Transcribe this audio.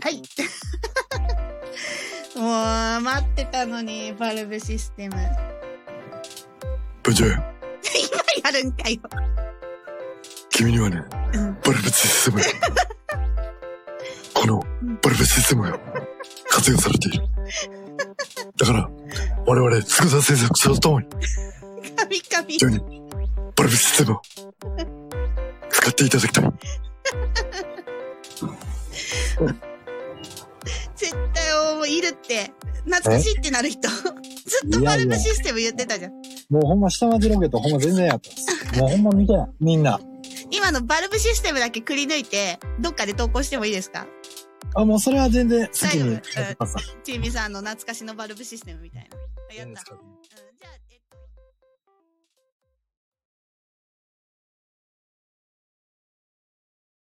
はい。 もう、待ってたのに、バルブシステム。 ブジュ、やるんかよ。君にはね、うん。バルブシステム。このバルブシステムが活用されている。だから、我々、筑田製作所とともに、カビカビ。世にバルブシステムを使っていただきたい。絶対もういるって。懐かしいってなる人。 ずっとバルブシステム言ってたじゃん。もうほんま下町ロケットほんま全然やったです。もうほんま見てない。みんな。今のバルブシステムだけくり抜いて、どっかで投稿してもいいですかあ、もうそれは全然好きに大や丈夫ってます。ちえみさんの懐かしのバルブシステムみたいな。やった。うん